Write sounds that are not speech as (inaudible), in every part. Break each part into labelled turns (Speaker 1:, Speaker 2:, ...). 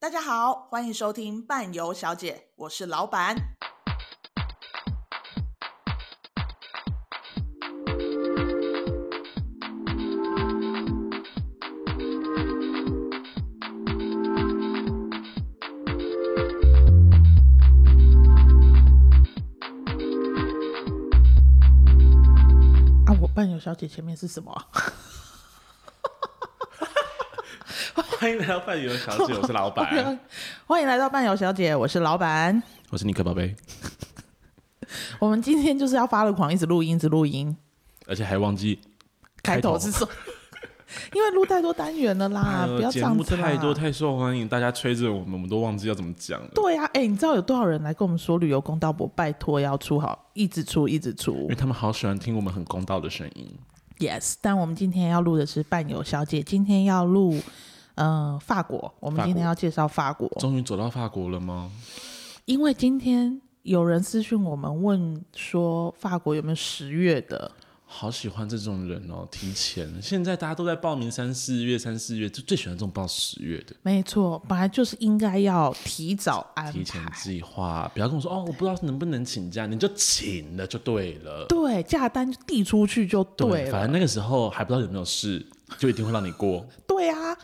Speaker 1: 大家好，欢迎收听伴游小姐，我是老板。啊，我伴游小姐前面是什么啊？
Speaker 2: (laughs) 欢迎来到伴游小姐，我是老
Speaker 1: (laughs)
Speaker 2: 板，
Speaker 1: 欢迎来到伴游小姐，我是老板。
Speaker 2: 我是尼克宝贝，
Speaker 1: 我们今天就是要发了狂，一直录音，一直录音。
Speaker 2: 而且还忘记
Speaker 1: 开头是说， (laughs) 因为录太多单元了啦，
Speaker 2: 呃
Speaker 1: 啊不要这
Speaker 2: 节
Speaker 1: 样
Speaker 2: 目
Speaker 1: 子啦。
Speaker 2: 太多太受欢迎，大家催着我们，我们都忘记要怎么讲了。
Speaker 1: 对呀、啊，哎、你知道有多少人来跟我们说旅游公道博？拜托要出好，一直出，一直
Speaker 2: 因
Speaker 1: 出
Speaker 2: 为。他们好喜欢听我们很公道的声音，
Speaker 1: Yes，但我们今天要录的是伴游小姐，今天要录呃法国，我们
Speaker 2: 法国
Speaker 1: 今天要介绍法国，
Speaker 2: 终于走到法国了吗？
Speaker 1: 因为今天有人私讯我们问说法国有没有十月的，
Speaker 2: 好喜欢这种人哦！提前，现在大家都在报名三四月，三四月就最喜欢这种报十月的，
Speaker 1: 没错，本来就是应该要提早安
Speaker 2: 提
Speaker 1: 排
Speaker 2: 前。计划。不要跟我说哦，我不知道能不能请假，你就请了就对了。
Speaker 1: 对，假单就递出去就对
Speaker 2: 反
Speaker 1: 了。
Speaker 2: 正那个时候还不知道有没有事，就一定会让你
Speaker 1: (laughs)
Speaker 2: 过。
Speaker 1: 对啊，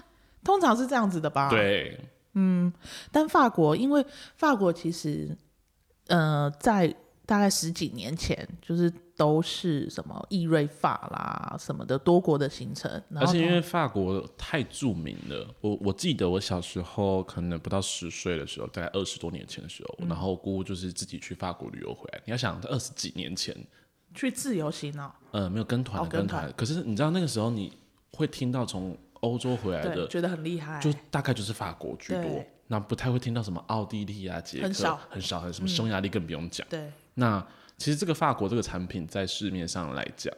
Speaker 1: 通常是这样子的吧？。
Speaker 2: 对，
Speaker 1: 但法国，因为法国其实，呃，在大概十几年前，就是都是什么易瑞法啦什么的多国的行程，然
Speaker 2: 而
Speaker 1: 后
Speaker 2: 且因
Speaker 1: 通
Speaker 2: 为法国太著名了，我我记得我小时候可能不到十岁的时候，大概二十多年前的时候，
Speaker 1: 嗯
Speaker 2: 然后姑姑就是自己去法国旅游回来。你要想，二十几年前，
Speaker 1: 去自由行哦、
Speaker 2: 呃，没有跟团
Speaker 1: 哦
Speaker 2: 的、
Speaker 1: 跟
Speaker 2: 跟
Speaker 1: 团
Speaker 2: 团。可是你知道那个时候你会听到从欧洲回来
Speaker 1: 对，
Speaker 2: 的，
Speaker 1: 觉得很厉害，
Speaker 2: 就大概就是法国居多
Speaker 1: 对，
Speaker 2: 那不太会听到什么奥地利啊、捷克，
Speaker 1: 很少嗯
Speaker 2: 很少，很什么匈牙利更不用讲。
Speaker 1: 对，
Speaker 2: 那其实这个法国这个产品在市面上来讲，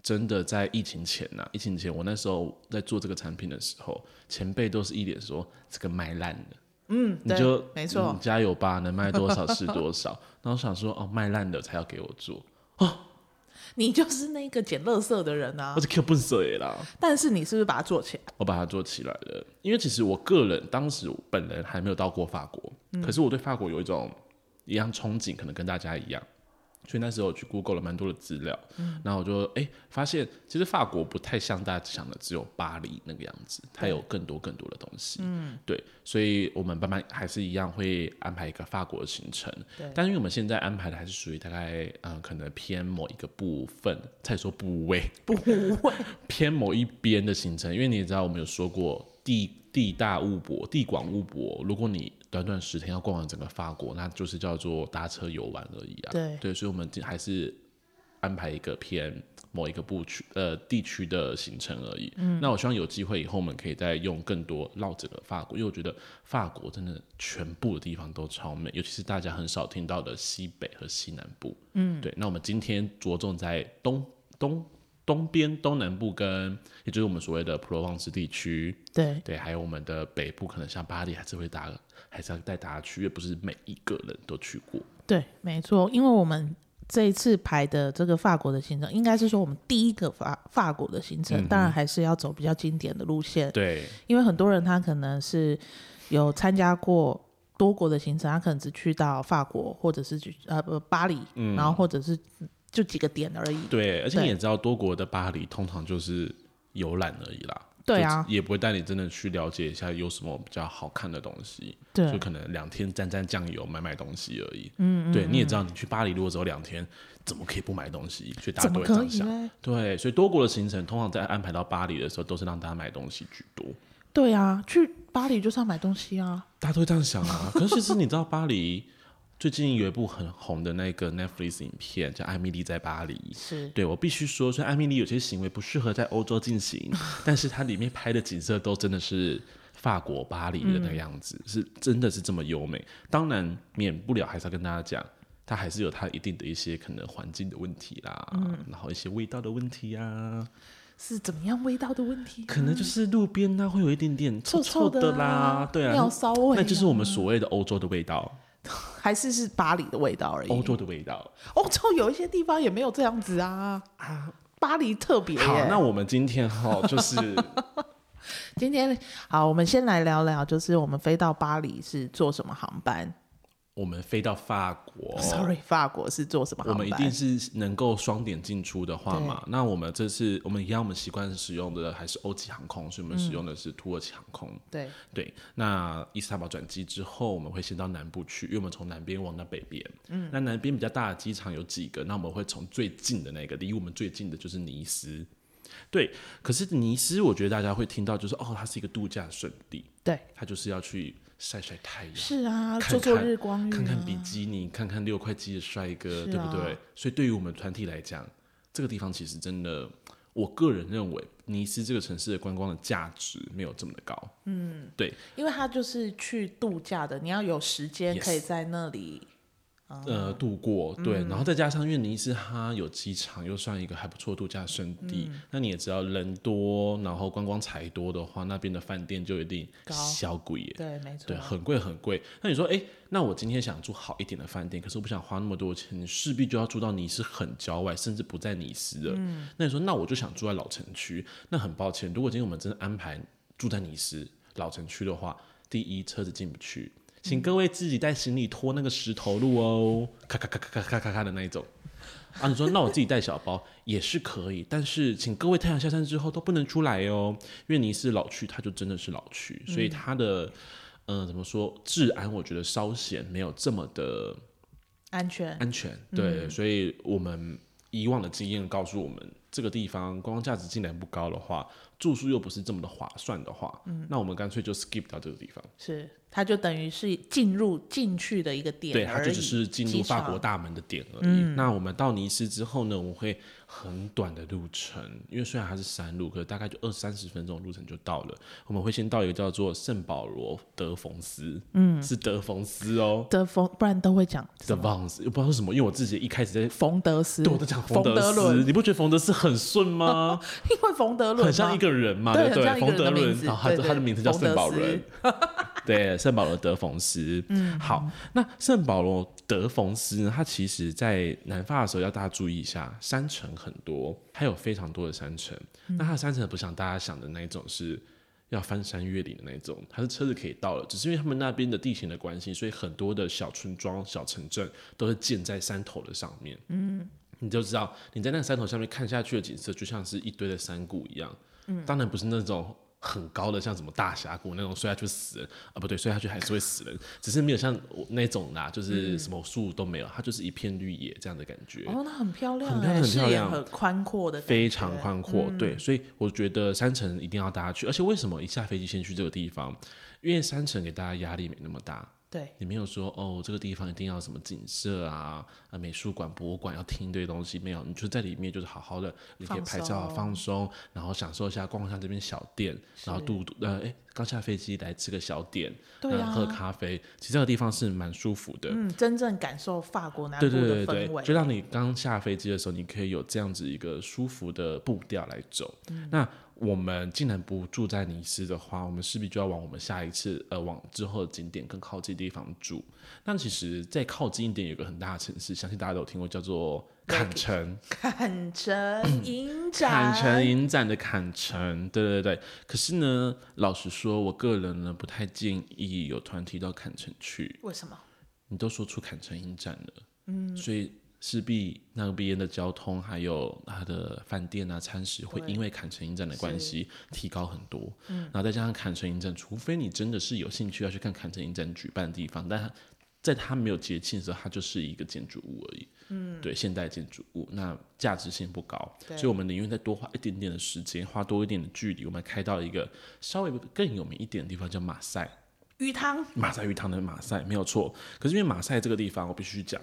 Speaker 2: 真的在疫情前呐、疫情前我那时候在做这个产品的时候，前辈都是一脸说这个卖烂了，
Speaker 1: 嗯，
Speaker 2: 你
Speaker 1: 对
Speaker 2: 就
Speaker 1: 没错
Speaker 2: 嗯，加油吧，能卖多少是多少。然后我想说哦，卖烂的才要给我做，
Speaker 1: 你就是那个捡垃圾的人啊
Speaker 2: 我。是 Q 不水啦，
Speaker 1: 但是你是不是把它做起来？
Speaker 2: 我把它做起来了。因为其实我个人当时我本人还没有到过法国，可是我对法国有一种一样憧憬，可能跟大家一样。所以那时候我去 Google 了蛮多的资料，然后我就哎、发现，其实法国不太像大家想的只有巴黎那个样子，它有更多更多的东西。嗯，对，所以我们慢慢还是一样会安排一个法国的行程
Speaker 1: 对，
Speaker 2: 但因为我们现在安排的还是属于大概呃可能偏某一个部分，再说部位，
Speaker 1: 不会，
Speaker 2: 偏某一边的行程，因为你也知道我们有说过地地大物博，地广物博。如果你短短十天要逛完整个法国，那就是叫做搭车游玩而已啊。
Speaker 1: 对
Speaker 2: 所以我们还是安排一个偏某一个部区呃地区的行程而已。嗯，那我希望有机会以后我们可以再用更多绕整个法国，因为我觉得法国真的全部的地方都超美，尤其是大家很少听到的西北和西南部。嗯，对。那我们今天着重在东东东边东南部跟，也就是我们所谓的普罗旺斯地区，
Speaker 1: 对，
Speaker 2: 对，还有我们的北部，可能像巴黎还是会搭，还是要带大家去，因为不是每一个人都去过。
Speaker 1: 对，没错，因为我们这一次排的这个法国的行程，应该是说我们第一个法法国的行程，当然还是要走比较经典的路线，
Speaker 2: 嗯对，
Speaker 1: 因为很多人他可能是有参加过多国的行程，他可能只去到法国或者是去呃不巴黎，然后或者是就几个点而已。
Speaker 2: 嗯对，而且
Speaker 1: 对
Speaker 2: 你也知道，多国的巴黎通常就是游览而已啦。
Speaker 1: 对啊
Speaker 2: 就也不会带你真的去了解一下有什么比较好看的东西，
Speaker 1: 对
Speaker 2: 就可能两天沾沾酱油买买东西而已。嗯对，你也知道，你去巴黎如果只有两天，怎么可以不买东西？所以大家
Speaker 1: 怎么
Speaker 2: 都会这
Speaker 1: 可
Speaker 2: 样
Speaker 1: 以
Speaker 2: 想。
Speaker 1: 呢？
Speaker 2: 对，所以多国的行程通常在安排到巴黎的时候，都是让大家买东西居多。
Speaker 1: 对啊，去巴黎就是要买东西啊。
Speaker 2: 大家都会这样想啊。 (laughs) 可是其实你知道，巴黎最近有一部很红的那个 Netflix 影片叫《艾米丽在巴黎》。
Speaker 1: 是，
Speaker 2: 对我必须说，虽然艾米丽有些行为不适合在欧洲进行，但是它里面拍的景色都真的是法国巴黎的那
Speaker 1: 嗯
Speaker 2: 个样子，是真的是这么优美。当然，免不了还是要跟大家讲。它还是有它一定的一些可能环境的问题啦，
Speaker 1: 嗯
Speaker 2: 然后一些味道的问题啊，
Speaker 1: 是怎么样味道的问题？
Speaker 2: 可能就是路边啊呢、会有一点点
Speaker 1: 臭
Speaker 2: 臭
Speaker 1: 的
Speaker 2: 啦，对啊，
Speaker 1: 尿骚味啊、
Speaker 2: 那就是我们所谓的欧洲的味道，
Speaker 1: 还是是巴黎的味道而已。
Speaker 2: 欧洲的味道。
Speaker 1: 欧洲有一些地方也没有这样子啊啊，巴黎特别耶。
Speaker 2: 好，那我们今天哈，就是
Speaker 1: 今天好，我们先来聊聊，就是我们飞到巴黎是坐什么航班、
Speaker 2: (laughs) 我们飞到法国
Speaker 1: s o r r y 法国是坐什么
Speaker 2: 哦我
Speaker 1: 航班？
Speaker 2: 们一定是能够双点进出的话嘛，那我们这次我们一样，我们习惯使用的还是欧际航空，所以我们使用的是土耳其航空。
Speaker 1: 对
Speaker 2: 对，那伊斯坦堡转机之后，我们会先到南部去，因为我们从南边往到北边。嗯，那南边比较大的机场有几个，那我们会从最近的那个，离我们最近的就是尼斯。对，可是尼斯，我觉得大家会听到就是哦，它是一个度假胜地，
Speaker 1: 对，
Speaker 2: 它就是要去晒晒太阳。
Speaker 1: 是啊，
Speaker 2: 看
Speaker 1: 做做
Speaker 2: 看
Speaker 1: 日光浴、啊，
Speaker 2: 看看比基尼，看看六块肌的帅哥，
Speaker 1: 是
Speaker 2: 对
Speaker 1: 啊
Speaker 2: 不对？所以对于我们团体来讲，这个地方其实真的，我个人认为尼斯这个城市的观光的价值没有这么的高。嗯，对，
Speaker 1: 因为它就是去度假的，你要有时间
Speaker 2: Yes
Speaker 1: 可以在那里。哦
Speaker 2: 呃，度过对，
Speaker 1: 嗯
Speaker 2: 然后再加上因为尼斯它有机场，又算一个还不错的度假胜地，
Speaker 1: 嗯
Speaker 2: 那你也知道人多，然后观光财多的话，那边的饭店就一定
Speaker 1: 高
Speaker 2: 小贵耶。
Speaker 1: 对，没错
Speaker 2: 对，，啊很贵很贵。那你说，诶，那我今天想住好一点的饭店，可是我不想花那么多钱，你势必就要住到尼斯很郊外，甚至不在尼斯的。那你说，那我就想住在老城区。那很抱歉，如果今天我们真的安排住在尼斯老城区的话，第一车子进不去，请各位自己带行李拖那个石头路哦，咔咔咔咔咔咔咔咔的那一种。啊，你说那我自己带小包也是可以，但是请各位太阳下山之后都不能出来哦，因为尼斯老区它就真的是老区，所以它的嗯、呃怎么说治安，我觉得稍显没有这么的
Speaker 1: 安全。
Speaker 2: 安全。
Speaker 1: 嗯
Speaker 2: 对，所以我们以往的经验告诉我们，这个地方观光价值竟然不高的话，住宿又不是这么的划算的话，
Speaker 1: 嗯
Speaker 2: 那我们干脆就 skip 掉这个地方。
Speaker 1: 是，它就等于是进入进去的一个点而
Speaker 2: 对，
Speaker 1: 已，
Speaker 2: 它就只是进入
Speaker 1: 机
Speaker 2: 法
Speaker 1: 场嗯
Speaker 2: 国大门的点而已。那我们到尼斯之后呢，我们会很短的路程，因为虽然它是山路，可是大概就二三十分钟的路程就到了。我们会先到一个叫做圣保罗德冯斯，嗯，是德冯斯哦
Speaker 1: 的冯，不然都会讲
Speaker 2: 德冯斯，又不知道是什么，因为我自己一开始在。
Speaker 1: 冯德斯。
Speaker 2: 对，我在讲冯
Speaker 1: 嗯冯
Speaker 2: 德斯，
Speaker 1: 伦，
Speaker 2: 你不觉得冯德斯很
Speaker 1: (laughs)
Speaker 2: 顺吗？
Speaker 1: 因为冯德伦
Speaker 2: 很像
Speaker 1: 嘛
Speaker 2: 一个人嘛，
Speaker 1: 对
Speaker 2: 不
Speaker 1: 很像
Speaker 2: 对？
Speaker 1: 一个
Speaker 2: 冯
Speaker 1: 人
Speaker 2: 德
Speaker 1: 的
Speaker 2: 伦
Speaker 1: 名，字
Speaker 2: 然后他
Speaker 1: 对
Speaker 2: 的
Speaker 1: 对
Speaker 2: 他的名字叫
Speaker 1: 冯德
Speaker 2: 圣保
Speaker 1: 斯
Speaker 2: 伦， (laughs) 对，圣保罗德冯斯。嗯，好，那圣保罗德冯斯呢，它其实在南法的时候要大家注意一下，山城很多，它有非常多的山城。
Speaker 1: 嗯
Speaker 2: 那它的山城不像大家想的那一种是。要翻山越岭的那种，它是车子可以到了，只是因为他们那边的地形的关系，所以很多的小村庄、小城镇都是建在山头的上面。嗯，你就知道你在那个山头下面看下去的景色，就像是一堆的山谷一样。当然不是那种很高的，像什么大峡谷那种摔下去死人啊，不对，摔下去还是会死人，只是没有像我那种啦，就是什么树都没有，它就是一片绿野这样的感觉。
Speaker 1: 哦，那很漂亮
Speaker 2: 很漂
Speaker 1: 哎，
Speaker 2: 亮很
Speaker 1: 视
Speaker 2: 漂
Speaker 1: 野
Speaker 2: 亮
Speaker 1: 很宽阔的感觉，
Speaker 2: 非常宽阔，对，所以我觉得山城一定要大家去。而且为什么一下飞机先去这个地方？因为山城给大家压力没那么大，
Speaker 1: 对，
Speaker 2: 你没有说哦，这个地方一定要什么景色啊、啊美术馆、博物馆要听一堆东西，没有，你就在里面就是好好的，你可以拍
Speaker 1: 放
Speaker 2: 照
Speaker 1: 松
Speaker 2: 放松，然后享受一下逛一下这边小店，然后度度呃，哎，刚下飞机来吃个小点，
Speaker 1: 对
Speaker 2: 呃
Speaker 1: 啊
Speaker 2: 喝咖啡，其实这个地方是蛮舒服的。
Speaker 1: 嗯，真正感受法国南部
Speaker 2: 对对
Speaker 1: 的
Speaker 2: 对
Speaker 1: 氛
Speaker 2: 对，
Speaker 1: 围，
Speaker 2: 就
Speaker 1: (laughs)
Speaker 2: 让你刚下飞机的时候，你可以有这样子一个舒服的步调来走。
Speaker 1: 嗯
Speaker 2: 那我们既然不住在尼斯的话，我们势必就要往我们下一次呃往之后的景点更靠近的地方住。那其实再靠近一点，有一个很大的城市，相信大家都有听过，叫做坎城。
Speaker 1: 坎城影展，
Speaker 2: 坎城影展的坎城，对对对。可是呢，老实说，我个人呢不太建议有团体到坎城去。
Speaker 1: 为什么？
Speaker 2: 你都说出坎城影展了，嗯，所以势必那边的交通还有它的饭店啊、餐食会
Speaker 1: 对
Speaker 2: 因为坎城影展的关系提高很多，嗯，然后再加上坎城影展，除非你真的是有兴趣要去看坎城影展举办的地方，但它在它没有节庆的时候，它就是一个建筑物而已，嗯，对，现代建筑物，那价值性不高，
Speaker 1: 对
Speaker 2: 所以我们宁愿再多花一点点的时间，花多一点的距离，我们开到一个稍微更有名一点的地方，叫马赛。
Speaker 1: 鱼汤
Speaker 2: 马赛鱼塘的马赛没有错。可是因为马赛这个地方，我必须讲，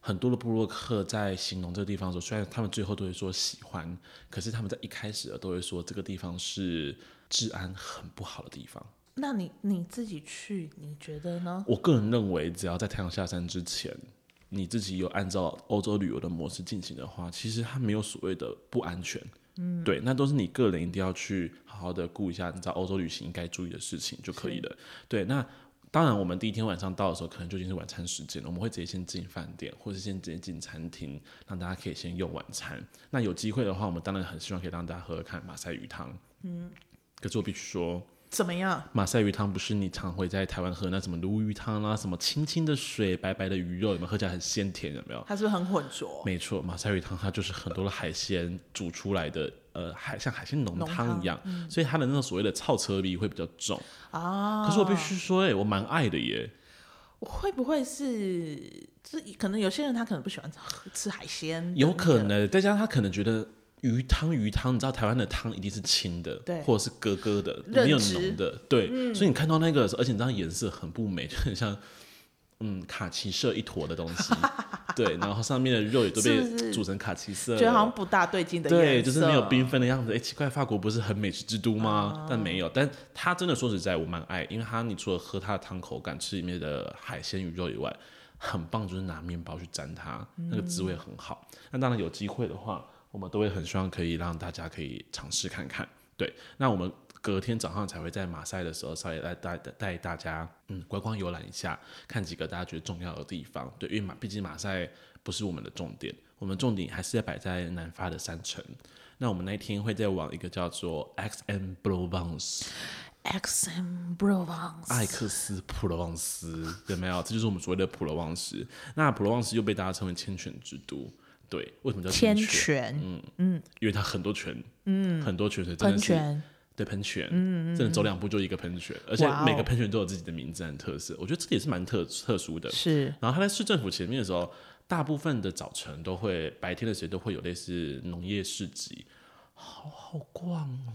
Speaker 2: 很多的部落客在形容这个地方的时候，虽然他们最后都会说喜欢，可是他们在一开始都会说这个地方是治安很不好的地方。
Speaker 1: 那你你自己去，你觉得呢？
Speaker 2: 我个人认为，只要在太阳下山之前，你自己有按照欧洲旅游的模式进行的话，其实它没有所谓的不安全。嗯，对，那都是你个人一定要去好好的顾一下，你在欧洲旅行应该注意的事情就可以了。对，那当然，我们第一天晚上到的时候，可能就已经是晚餐时间了，我们会直接先进饭店，或是先直接进餐厅，让大家可以先用晚餐。那有机会的话，我们当然很希望可以让大家喝喝看马赛鱼汤。嗯，可是我必须说，
Speaker 1: 怎么样？
Speaker 2: 马赛鱼汤不是你常会在台湾喝那什么鲈鱼汤啦、什么清清的水、白白的鱼肉，有没有喝起来很鲜甜？有没有？
Speaker 1: 它是不是很浑浊？
Speaker 2: 没错，马赛鱼汤它就是很多的海鲜煮出来的，呃，海像海鲜浓
Speaker 1: 浓
Speaker 2: 汤
Speaker 1: 汤
Speaker 2: 一样，所以它的那种所谓的超车味会比较重。
Speaker 1: 啊，
Speaker 2: 可是我必须说、欸，哎，我蛮爱的耶。
Speaker 1: 我会不会是，就是可能有些人他可能不喜欢喝吃海鲜，
Speaker 2: 有可能，再加上他可能觉得鱼汤鱼汤，你知道台湾的汤一定是清的，
Speaker 1: 对
Speaker 2: 或者是咯咯的，
Speaker 1: 认
Speaker 2: 没有
Speaker 1: 知嗯
Speaker 2: 浓的，对，所以你看到那个的时候，而且你知道颜色很不美，就很像。 (laughs) 嗯，卡其色一坨的东
Speaker 1: (laughs)
Speaker 2: 西，对，然后上面的肉也都被
Speaker 1: 是不是
Speaker 2: 煮成卡其色了，
Speaker 1: 觉得好像不大对劲的颜色，
Speaker 2: 对，就是没有缤纷的样子。哎，奇怪，法国不是很美食之都吗？
Speaker 1: 哦
Speaker 2: 但没有，但它真的说实在，我蛮爱，因为它你除了喝它的汤口感，吃里面的海鲜鱼肉以外，很棒，就是拿面包去沾它，
Speaker 1: 嗯
Speaker 2: 那个滋味很好。那当然有机会的话，我们都会很希望可以让大家可以尝试看看。对，那我们隔天早上才会在马赛的时候稍微来带带带大家嗯观光游览一下，看几个大家觉得重要的地方。对，因为马毕竟马赛不是我们的重点，我们重点还是要摆在南法的山城。那我们那一天会再往一个叫做 X M Provence
Speaker 1: X and Provence，
Speaker 2: 艾克斯普罗旺斯，有没有？这就是我们所谓的普罗旺斯。那普罗旺斯又被大家称为千泉之都。对，为什么叫
Speaker 1: 千
Speaker 2: 泉？
Speaker 1: 泉
Speaker 2: 因为它很多泉，嗯，很多泉水嗯真
Speaker 1: 喷
Speaker 2: 的是
Speaker 1: 泉，
Speaker 2: 对喷泉，嗯真的走两步就一个喷泉，而且
Speaker 1: 哇哦
Speaker 2: 每个喷泉都有自己的名字和特色，我觉得这个也是蛮特特殊的。
Speaker 1: 是
Speaker 2: 然后他在市政府前面的时候，大部分的早晨都会白天的时候都会有类似农业市集，好好逛哦。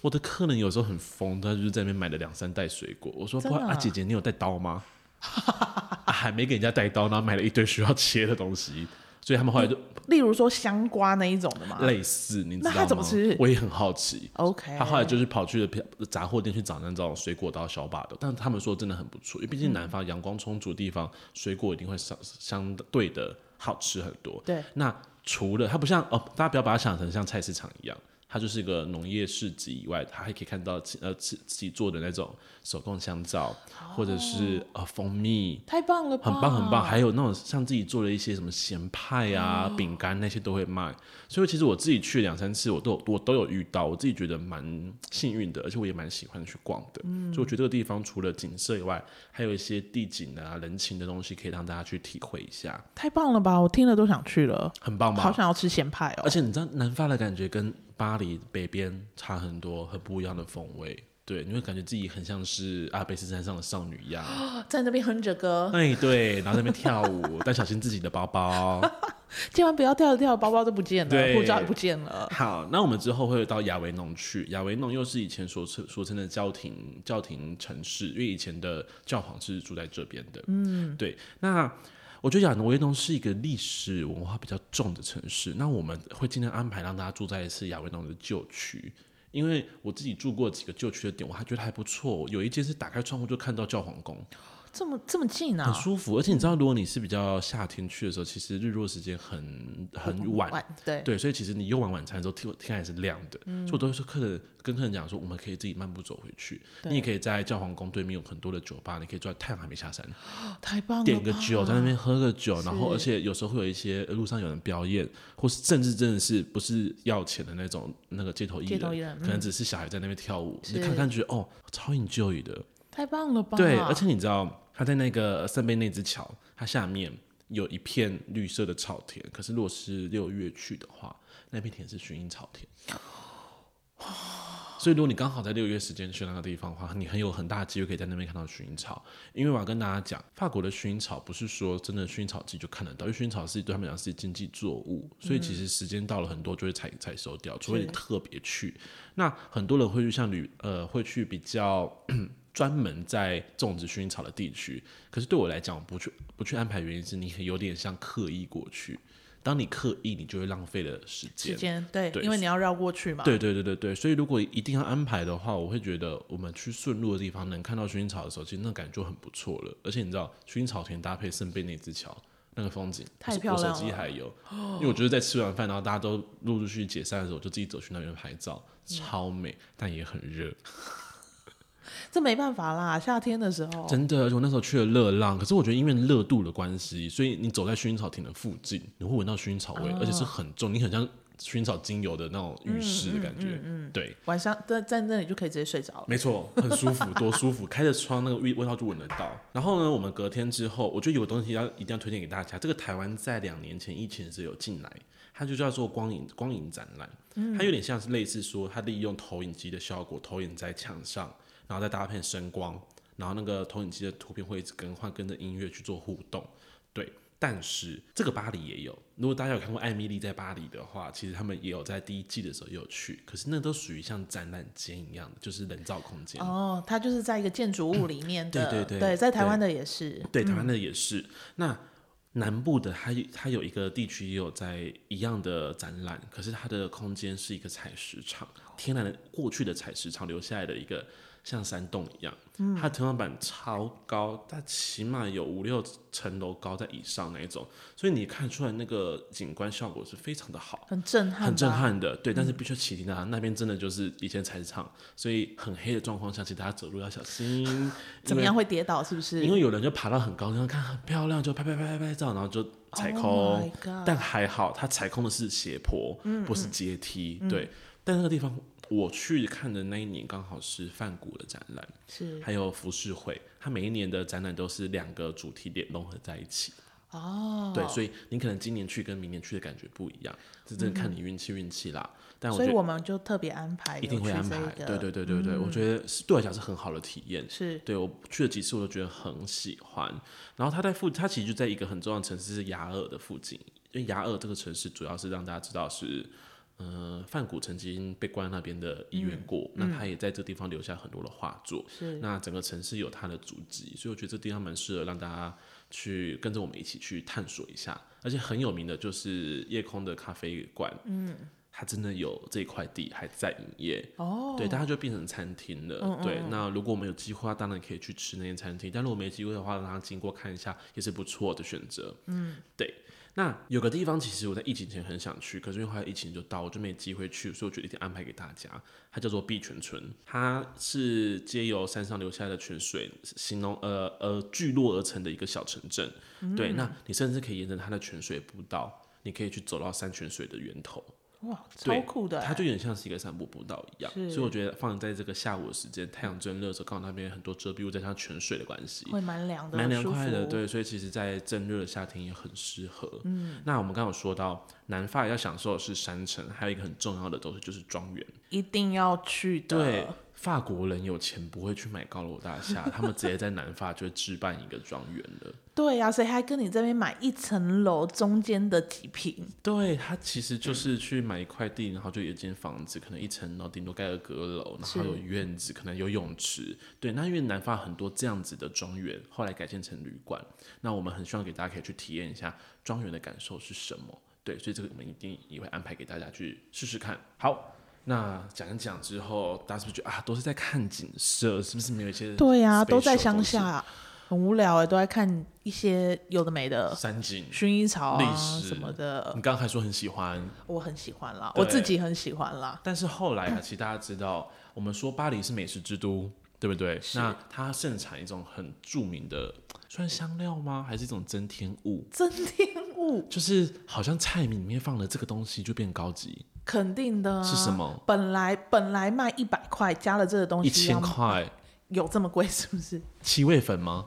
Speaker 2: 我的客人有时候很疯，他就是在那边买了两三袋水果。我说：“不
Speaker 1: 真的
Speaker 2: 啊，姐姐，你有带刀吗？” (laughs) 啊还没给人家带刀，然后买了一堆需要切的东西，所以他们后来就
Speaker 1: 例如说香瓜那一种的嘛。
Speaker 2: 类似，你知
Speaker 1: 那
Speaker 2: 道吗？
Speaker 1: 他怎么吃哎
Speaker 2: 我也很好奇。
Speaker 1: OK，
Speaker 2: 他后来就是跑去了杂货店去找那种水果刀小把的，但他们说真的很不错，因为毕竟南方阳光充足的地方，水果一定会相相对的好吃很多。
Speaker 1: 对，
Speaker 2: 那除了它不像哦，大家不要把它想成像菜市场一样，它就是一个农业市集以外，它还可以看到自呃自自己做的那种手工香皂，或者是
Speaker 1: 哦
Speaker 2: 呃蜂蜜，
Speaker 1: 太棒了吧，
Speaker 2: 很棒很棒，还有那种像自己做的一些什么咸派啊、饼干那些都会卖，所以其实我自己去两三次，我都有我都有遇到，我自己觉得蛮幸运的，而且我也蛮喜欢去逛的。所以我觉得这个地方除了景色以外，还有一些地景啊、人情的东西可以让大家去体会一下，
Speaker 1: 太棒了吧！我听了都想去了，
Speaker 2: 很棒吧？
Speaker 1: 好想要吃咸派哦
Speaker 2: 而。且你知道南法的感觉跟巴黎北边差很多，很不一样的风味。对，你会感觉自己很像是阿尔卑斯山上的少女一样，
Speaker 1: 在那边哼着歌，
Speaker 2: 哎，对，然后在那边跳舞，但小心自己的包包。
Speaker 1: 千万不要掉一掉，包包都不见了，
Speaker 2: 对
Speaker 1: 护照也不见了。
Speaker 2: 好，那我们之后会到亚维农去。亚维农又是以前所称所称的教廷教廷城市，因为以前的教皇是住在这边的。嗯，对。那我觉得亚维农是一个历史文化比较重的城市，那我们会尽量安排让大家住在是亚维农的旧区。因为我自己住过几个旧区的点，我还觉得还不错。有一间是打开窗户就看到教皇宫，
Speaker 1: 这么这么近
Speaker 2: 很
Speaker 1: 啊，
Speaker 2: 舒服。而且你知道，如果你是比较夏天去的时候，其实日落时间很很晚，
Speaker 1: 对，
Speaker 2: 对，所以其实你用完晚餐之后，天天还是亮的，所以我都会说客人跟客人讲说，我们可以自己漫步走回去。你也可以在教皇宫对面有很多的酒吧，你可以坐在太阳还没下山，
Speaker 1: 太棒了吧，哦
Speaker 2: 点个酒，在那边喝个酒，然后而且有时候会有一些呃路上有人表演，或是甚至真的是不是要钱的那种那个街头艺
Speaker 1: 街头艺
Speaker 2: 人
Speaker 1: 人，嗯
Speaker 2: 可能只是小孩在那边跳舞，你
Speaker 1: 是
Speaker 2: 看看觉得哦，超 enjoy 的。
Speaker 1: 太棒啊了吧？
Speaker 2: 对，而且你知道，它在那个圣贝内之桥，它下面有一片绿色的草田。可是如果是六月去的话，那片田是薰衣草田。所以，如果你刚好在六月时间去那个地方的话，你很有很大的机会可以在那边看到薰衣草。因为我要跟大家讲，法国的薰衣草不是说真的薰衣草季就看得到，因为薰衣草是对他们来讲是经济作物，所以其实时间到了很多就会采采收掉，除非你特别去。那很多人会去像旅呃会去比较 (clears throat) 专门在种植薰衣草的地区，可是对我来讲，我不去不去安排，原因是你有点像刻意过去。当你刻意，你就会浪费了时间
Speaker 1: 时。间对
Speaker 2: 对，
Speaker 1: 因为你要绕过去嘛。
Speaker 2: 对对对对对，所以如果一定要安排的话，我会觉得我们去顺路的地方能看到薰衣草的时候，其实那感觉就很不错了。而且你知道，薰衣草田搭配圣贝内之桥那个风景，
Speaker 1: 太
Speaker 2: 我手
Speaker 1: 漂亮
Speaker 2: 我手机
Speaker 1: 了哦
Speaker 2: 还有，因为我就是在吃完饭，然后大家都陆陆续续解散的时候，我就自己走去那边拍照，超美，
Speaker 1: 嗯
Speaker 2: 但也很热，
Speaker 1: 这没办法啦，夏天的时候，
Speaker 2: 真的。而且我那时候去了热浪，可是我觉得因为热
Speaker 1: 哦
Speaker 2: 度的关系，所以你走在薰衣草田的附近，你会闻到薰衣草味，而且是很重，你很像寻找精油的那种浴室
Speaker 1: 嗯
Speaker 2: 的感觉。对，
Speaker 1: 晚上在在那里就可以直接睡着了。
Speaker 2: 没错，很舒服，多舒服！开着窗，那个味味道就闻得到。然后呢，我们隔天之后，我觉得有个东西要一定要推荐给大家。这个台湾在两年前疫情的时候有进来，它就叫做光影光影展览。它有点像是类似说，它利用投影机的效果投影在墙上，然后再搭配声光，然后那个投影机的图片会一直更换，跟着音乐去做互动。对，但是这个巴黎也有。如果大家有看过《艾米丽在巴黎》的话，其实他们也有在第一季的时候也有去，可是那都属于像展览间一样的，就是人造空间。
Speaker 1: 哦，它就是在一个建筑物里面的，
Speaker 2: 对对对
Speaker 1: 在台湾的也是，
Speaker 2: 对，台湾的也是。那南部的它它有一个地区也有在一样的展览，可是它的空间是一个采石场，天然的过去的采石场留下来的一个像山洞一样，
Speaker 1: 嗯
Speaker 2: 它天花板超高，它起码有五六层楼高在以上那一种，所以你看出来那个景观效果是非常的好。
Speaker 1: 很嗯震撼，，
Speaker 2: 很震。撼的，对，但是必须起提到啊那边真的就是以前采石场，所以很黑的状况下，请大家走路要小心
Speaker 1: (laughs) 怎
Speaker 2: 因
Speaker 1: 么
Speaker 2: 为
Speaker 1: 样会跌倒？是不是？
Speaker 2: 因为有人就爬到很高，然后看很漂亮，就拍拍拍拍拍照，然后就踩空。
Speaker 1: Oh my god 嗯
Speaker 2: 但还好，它踩空的是斜坡，不是阶梯。对，但那个地方我去看的那一年刚好是梵谷的展览，
Speaker 1: 是
Speaker 2: 还有浮世绘，它每一年的展览都是两个主题点融合在一起。
Speaker 1: 哦，
Speaker 2: 对，所以你可能今年去跟明年去的感觉不一样，这真的看你运气运气啦。但我
Speaker 1: 所
Speaker 2: 觉
Speaker 1: 以
Speaker 2: 得
Speaker 1: 我们就特别安排，
Speaker 2: 一定会
Speaker 1: 有去
Speaker 2: 安排
Speaker 1: 这。
Speaker 2: 对
Speaker 1: 个嗯
Speaker 2: 对对对对，我觉得是对我来讲是很好的体验。
Speaker 1: 是
Speaker 2: 对我去了几次，我都觉得很喜欢。然后它在附，它其实就在一个很重要的城市是雅尔的附近，因为雅尔这个城市主要是让大家知道是，呃，梵谷曾经被关在那边的医院过，那他也在这地方留下很多的画作。
Speaker 1: 是
Speaker 2: 那整个城市有它的足迹，所以我觉得这地方蛮适合让大家去跟着我们一起去探索一下。而且很有名的就是夜空的咖啡馆，嗯，它真的有这块地还在营业，
Speaker 1: 哦，
Speaker 2: 对，但它就变成餐厅了。对，那如果我们有机会，当然可以去吃那间餐厅；但如果没机会的话，让它经过看一下也是不错的选择。嗯，对。那有个地方，其实我在疫情前很想去，可是因为后来疫情就到，我就没机会去，所以我决定一定安排给大家。它叫做碧泉村，它是借由山上流下来的泉水形容呃呃聚落而成的一个小城镇。
Speaker 1: 嗯
Speaker 2: 对，那你甚至可以沿着它的泉水步道，你可以去走到山泉水的源头。
Speaker 1: 哇，超
Speaker 2: 对
Speaker 1: 酷的欸，
Speaker 2: 它就有点像是一个散步步道一样，
Speaker 1: 是
Speaker 2: 所以我觉得放在这个下午的时间，太阳正热的时候，刚好那边有很多遮蔽物，再加上泉水的关系，
Speaker 1: 会蛮凉的，
Speaker 2: 蛮凉
Speaker 1: 舒
Speaker 2: 快的。
Speaker 1: 服，
Speaker 2: 对，所以其实，在正热的夏天也很适合。嗯，那我们刚刚有说到，南法要享受的是山城，还有一个很重要的东西就是庄园。
Speaker 1: 一定要去的。
Speaker 2: 对，法国人有钱不会去买高楼大厦，他们直接在南法就置办一个庄园了。
Speaker 1: 对呀、谁还跟你这边买一层楼中间的几平？
Speaker 2: 对他其实
Speaker 1: 嗯
Speaker 2: 就是去买一块地，然后就有一间房子，可能一层楼顶多盖个阁楼，然后有院子，可能有泳池。对，那因为南法很多这样子的庄园，后来改建成旅馆。那我们很希望给大家可以去体验一下庄园的感受是什么。对，所以这个我们一定也会安排给大家去试试看。好，那讲一讲之后，大家是不是觉得啊，都是在看景色，是不是没有一些
Speaker 1: 对呀、
Speaker 2: special
Speaker 1: 都在乡
Speaker 2: 东西，
Speaker 1: 下，很无聊哎、都在看一些有的没的
Speaker 2: 山景？
Speaker 1: 薰衣草啊
Speaker 2: 历史
Speaker 1: 什么的，
Speaker 2: 你刚刚还说很喜欢，
Speaker 1: 我很喜欢啦，
Speaker 2: 对
Speaker 1: 我自己很喜欢啦。
Speaker 2: 但是后来啊，其实大家知道，我们说巴黎是美食之都，对不对？那它盛产一种很著名的，算香料吗？还是一种增添物？
Speaker 1: 增添物
Speaker 2: 就是好像菜里面放了这个东西就变高级，
Speaker 1: 肯定的啊、
Speaker 2: 是什么？
Speaker 1: 本来本来卖一百块，加了这个东
Speaker 2: 一
Speaker 1: 西
Speaker 2: 千
Speaker 1: 要，
Speaker 2: 块
Speaker 1: 有这么贵是不是？
Speaker 2: 七味粉吗？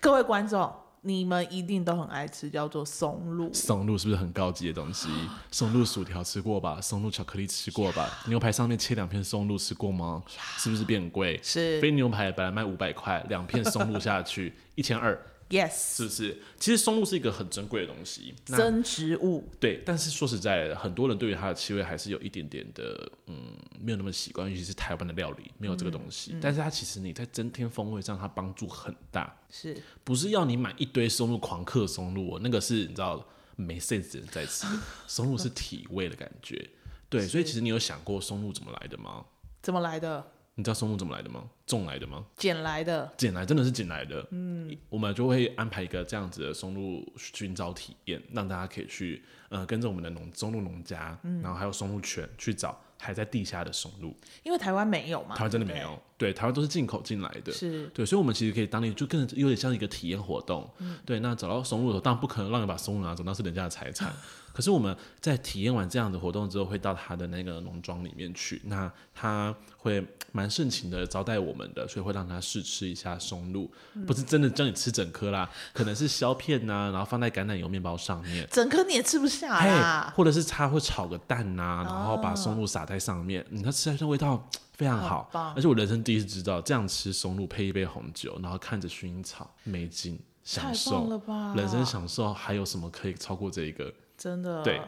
Speaker 1: 各位观众，你们一定都很爱吃，叫做松露。
Speaker 2: 松露是不是很高级的东西？松露薯条吃过吧？松露巧克力吃过吧？牛排上面切两片松露吃过吗？是不是变贵？
Speaker 1: 是
Speaker 2: 非牛排本来卖五百块，两片松露下去一千二，
Speaker 1: ，yes，
Speaker 2: 是不是？其实松露是一个很珍贵的东西，那
Speaker 1: 增植物
Speaker 2: 对，但是说实在的，很多人对于它的气味还是有一点点的，嗯，没有那么习惯，尤其是台湾的料理没有这个东西。但是它其实你在增添风味上，它帮助很大，
Speaker 1: 是
Speaker 2: 不是要你买一堆松露狂嗑松露、哦，那个是你知道没 sense 的人在吃，松露是体味的感觉。对，所以其实你有想过松露怎么来的吗？
Speaker 1: 怎么来的？
Speaker 2: 你知道松露怎么来的吗？种来的吗？
Speaker 1: 捡来的。
Speaker 2: 捡来真的是捡来的，嗯，我们就会安排一个这样子的松露寻找体验，让大家可以去呃跟着我们的农松露农嗯家，然后还有松露犬去找还在地下的松露，
Speaker 1: 因为台湾没有嘛，
Speaker 2: 台湾真的
Speaker 1: 对
Speaker 2: 没
Speaker 1: 不对
Speaker 2: 有，啊对，台湾都是进口进来的。
Speaker 1: 是
Speaker 2: 对，所以，我们其实可以当地就更有点像一个体验活动。对，那找到松露的时候，当然不可能让你把松露拿走，那是人家的财产。可是我们在体验完这样的活动之后，会到他的那个农庄里面去，那他会蛮盛情的招待我们的，所以会让他试吃一下松露，不是真的叫你吃整颗啦，可能是削片呐、然后放在橄榄油面包上面。
Speaker 1: 整颗你也吃不下
Speaker 2: 嘿
Speaker 1: 啦，
Speaker 2: 哎或者是他会炒个蛋
Speaker 1: 哦
Speaker 2: 呐、然后把松露撒在上面，嗯，它吃起来的味道非常好
Speaker 1: 好，棒
Speaker 2: 而且我人生第一次知道这样吃松露配一杯红酒，然后看着薰衣草美景，享
Speaker 1: 太棒
Speaker 2: 受
Speaker 1: 了吧！
Speaker 2: 人生享受，还有什么可以超过这一个？
Speaker 1: 真的
Speaker 2: 对，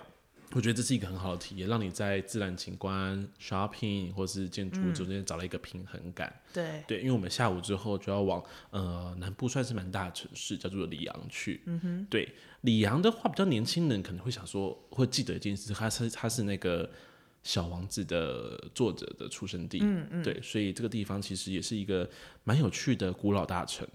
Speaker 2: 我觉得这是一个很好的体验，让你在自然景观、shopping 或是建
Speaker 1: 嗯
Speaker 2: 筑中间找到一个平衡感。
Speaker 1: 对
Speaker 2: 对，因为我们下午之后就要往呃南部算是蛮大的城市，叫做里昂去。嗯哼，对，里昂的话，比较年轻人可能会想说，会记得一件事，它是它是那个《小王子》的作者的出生地。嗯嗯，对，所以这个地方其实也是一个蛮有趣的古老大城。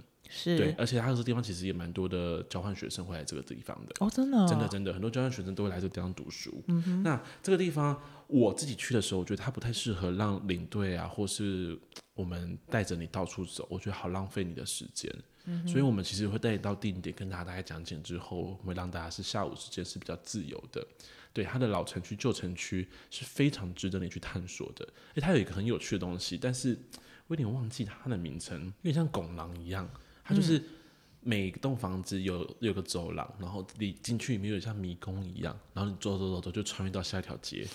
Speaker 2: 对
Speaker 1: 是，
Speaker 2: 而且它这个地方其实也蛮多的交换学生会来这个地方的。
Speaker 1: 哦，真的
Speaker 2: 真的真的，很多交换学生都会来这个地方读书。那这个地方我自己去的时候，我觉得它不太适合让领队啊，或是我们带着你到处走，我觉得好浪费你的时间。所以我们其实会带你到定点，跟大家大概讲解之后，我们会让大家是下午时间是比较自由的。对它的老城区、旧城区是非常值得你去探索的。诶，它有一个很有趣的东西，但是我有点忘记它的名称，有点像拱廊一样，它就是每栋房子有有个走廊，然后你进去里面有点像迷宫一样，然后你走走走走就穿越到下一条街，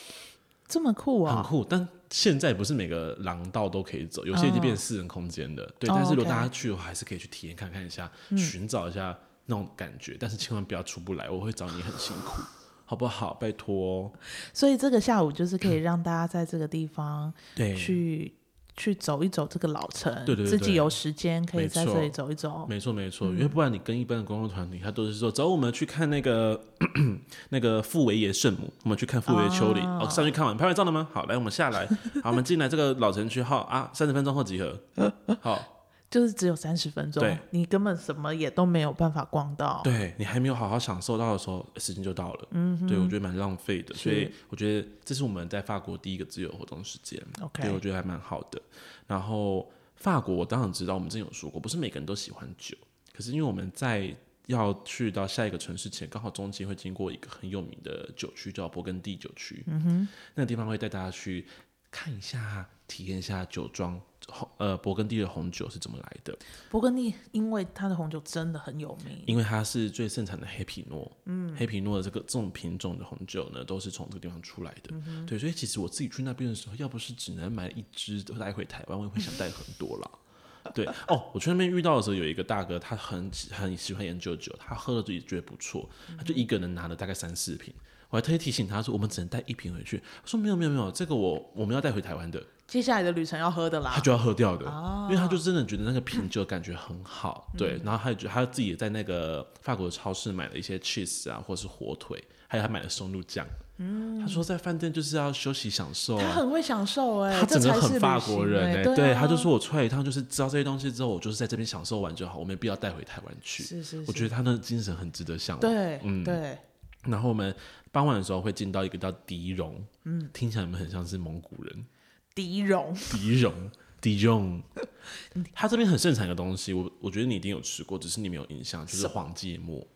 Speaker 1: 这么酷
Speaker 2: 很
Speaker 1: 啊！
Speaker 2: 酷。但现在不是每个廊道都可以走，有些已经变成私人空间的。对，
Speaker 1: 哦
Speaker 2: 但是如果
Speaker 1: OK 嗯
Speaker 2: 大家去的话，还是可以去体验看看一下，寻、找一下那种感觉，但是千万不要出不来，我会找你很辛苦，好不好？拜托哦。
Speaker 1: 所以这个下午就是可以让大家在这个地方
Speaker 2: 嗯对，
Speaker 1: 去、去走一走这个老城，
Speaker 2: 对对对
Speaker 1: 自
Speaker 2: 对
Speaker 1: 己有时间可
Speaker 2: 没
Speaker 1: 以在这里
Speaker 2: 错
Speaker 1: 走一走。
Speaker 2: 没错没错，因为不然你跟一般的观光团体，他都是说走，我们去看那个 (clears throat) 那个富维耶圣母，我们去看富维耶丘陵，
Speaker 1: 啊
Speaker 2: 哦，上去看完拍完照了吗？好，来我们 (laughs) 下来，好，我们进来这个老城区，好啊，三十分钟后集 (laughs) 合，好，
Speaker 1: 就是只有三十分钟
Speaker 2: 对，
Speaker 1: 你根本什么也都没有办法逛到。
Speaker 2: 对你还没有好好享受到的时候，时间就到了，嗯，对我觉得蛮浪费的，所以我觉得这是我们在法国第一个自由活动时间，对我
Speaker 1: ，OK，
Speaker 2: 觉得还蛮好的。然后法国，我当然知道，我们之前有说过，不是每个人都喜欢酒，可是因为我们在要去到下一个城市前，刚好中间会经过一个很有名的酒区，叫勃艮第酒区。嗯哼，那个地方会带大家去看一下，体验一下酒庄红呃勃艮第的红酒是怎么来的，
Speaker 1: 勃艮第因为它的红酒真的很有名，
Speaker 2: 因为它是最盛产的黑皮诺。嗯，黑皮诺的这个这种品种的红酒呢，都是从这个地方出来的。对，所以其实我自己去那边的时候，要不是只能买一支带回台湾，我也会想带很多啦。对哦，我去那边遇到的时候，有一个大哥，他很喜很喜欢研究酒，他喝了就也觉得不错，他就一个人拿了大概三四瓶。我还特意提醒他说，我们只能带一瓶回去。他说没有没有没有，这个我我们要带回台湾的，
Speaker 1: 接下来的旅程要喝的啦
Speaker 2: 他。就要喝掉的，
Speaker 1: 哦
Speaker 2: 因为他就真的觉得那个品酒感觉很好，
Speaker 1: 嗯
Speaker 2: 对。然后他也觉得他自己也在那个法国的超市买了一些 cheese 啊，或是火腿，还有他买了松露酱。嗯，他说在饭店就是要休息享受
Speaker 1: 他 (laughs)
Speaker 2: 啊，
Speaker 1: 很会享受哎、
Speaker 2: 他
Speaker 1: 这
Speaker 2: 整
Speaker 1: 才
Speaker 2: 个
Speaker 1: 是
Speaker 2: 很
Speaker 1: 旅
Speaker 2: 法
Speaker 1: 行
Speaker 2: 国人
Speaker 1: 哎、
Speaker 2: 欸
Speaker 1: 对啊，
Speaker 2: 对，他就说我出来一趟就是知道这些东西之后，我就是在这边享受完就好，我没必要带回台湾去。
Speaker 1: 是是
Speaker 2: 我
Speaker 1: 是，
Speaker 2: 觉得他那个精神很值得嗯向往。
Speaker 1: 对，对，
Speaker 2: 然后我们傍晚的时候会进到一个叫迪荣，嗯，听起来我们很像是蒙古人。
Speaker 1: 迪荣 (laughs)
Speaker 2: 迪荣，迪荣，他这边很盛产一个东西，我我觉得你一定有吃过，只是你没有印象，就是黄芥末。
Speaker 1: 哦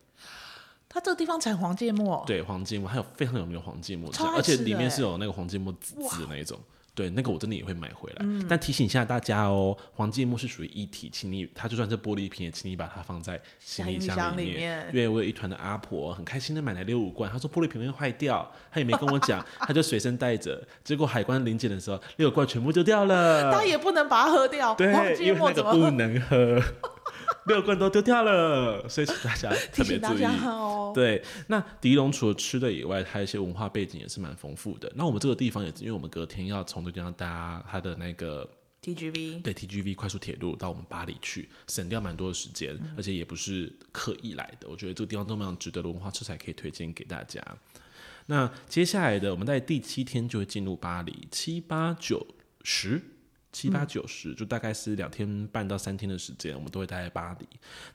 Speaker 1: 它这个地方产黄芥末，
Speaker 2: 对，黄芥末，还有非常有名的黄芥末酱，
Speaker 1: 超爱
Speaker 2: 而且
Speaker 1: 吃的
Speaker 2: 里面
Speaker 1: 欸
Speaker 2: 是有那个黄芥末籽籽的那一种。对，那个我真的也会买回来，
Speaker 1: 嗯
Speaker 2: 但提醒一下大家哦，黄芥末是属于一体，请你它就算是玻璃瓶，也请你把它放在行李
Speaker 1: 行李
Speaker 2: 箱
Speaker 1: 箱里
Speaker 2: 里
Speaker 1: 面
Speaker 2: 因为我有一团的阿婆，很开心的买来六五罐，她说玻璃瓶会坏掉，她也没跟我讲，她就随身带着，结果海关临检的时候，六罐全部丢掉
Speaker 1: (laughs)
Speaker 2: 了。
Speaker 1: 他也不能把它喝掉，
Speaker 2: 呃对，
Speaker 1: 黄
Speaker 2: 因
Speaker 1: 芥
Speaker 2: 为
Speaker 1: 末
Speaker 2: 那个
Speaker 1: 怎么
Speaker 2: 不
Speaker 1: 喝？
Speaker 2: 能喝， (laughs) 六罐都丢掉了，所以请
Speaker 1: (laughs)
Speaker 2: 大家
Speaker 1: 提
Speaker 2: 特别
Speaker 1: 醒大
Speaker 2: 注意
Speaker 1: 家。哦，
Speaker 2: 对，那迪龙除了吃的以外，它一些文化背景也是蛮丰富的。那我们这个地方也是，因为我们隔天要从这个地方搭它的那个
Speaker 1: TGV
Speaker 2: 对 TGV 快速铁路到我们巴黎去，省掉蛮多的时间，而且也不是刻意来的。我觉得这个地方都蛮值得的文化色彩，可以推荐给大家。那接下来的，我们在第七天就会进入巴黎，七八九十。七八九十，就大概是两天半到三天的时间，我们都会待在巴黎。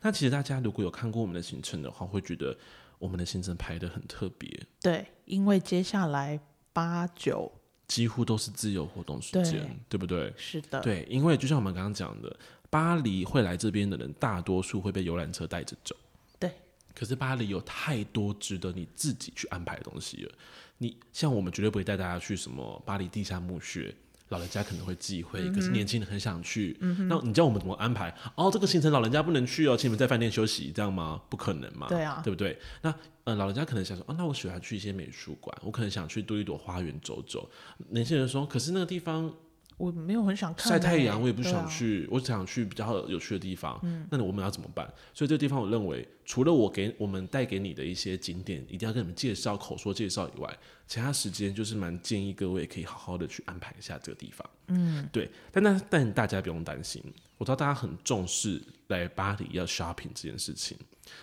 Speaker 2: 那其实大家如果有看过我们的行程的话，会觉得我们的行程排得很特别。
Speaker 1: 对，因为接下来八九
Speaker 2: 几乎都是自由活动时间，
Speaker 1: 对
Speaker 2: 对不对？
Speaker 1: 是的，
Speaker 2: 对，因为就像我们刚刚讲的，巴黎会来这边的人，大多数会被游览车带着走。
Speaker 1: 对，
Speaker 2: 可是巴黎有太多值得你自己去安排的东西了。你像我们绝对不会带大家去什么巴黎地下墓穴，老人家可能会忌讳，
Speaker 1: 嗯
Speaker 2: 可是年轻人很想去。那你叫我们怎么安排？哦，这个行程老人家不能去哦，请你们在饭店休息，这样吗？不可能嘛，
Speaker 1: 对啊
Speaker 2: 对不对？那呃，老人家可能想说，啊，那我喜欢去一些美术馆，我可能想去多一朵花园走走。年轻人说，可是那个地方
Speaker 1: 我没有很想看
Speaker 2: 晒
Speaker 1: 欸
Speaker 2: 太阳，我也不
Speaker 1: 对
Speaker 2: 想
Speaker 1: 啊嗯
Speaker 2: 去，我只想去比较有趣的地方。那我们要怎么办？所以这个地方，我认为除了我给我们带给你的一些景点，一定要跟你们介绍、口说介绍以外，其他时间就是蛮建议各位可以好好的去安排一下这个地方。嗯，对。但那但大家不用担心，我知道大家很重视来巴黎要 shopping 这件事情，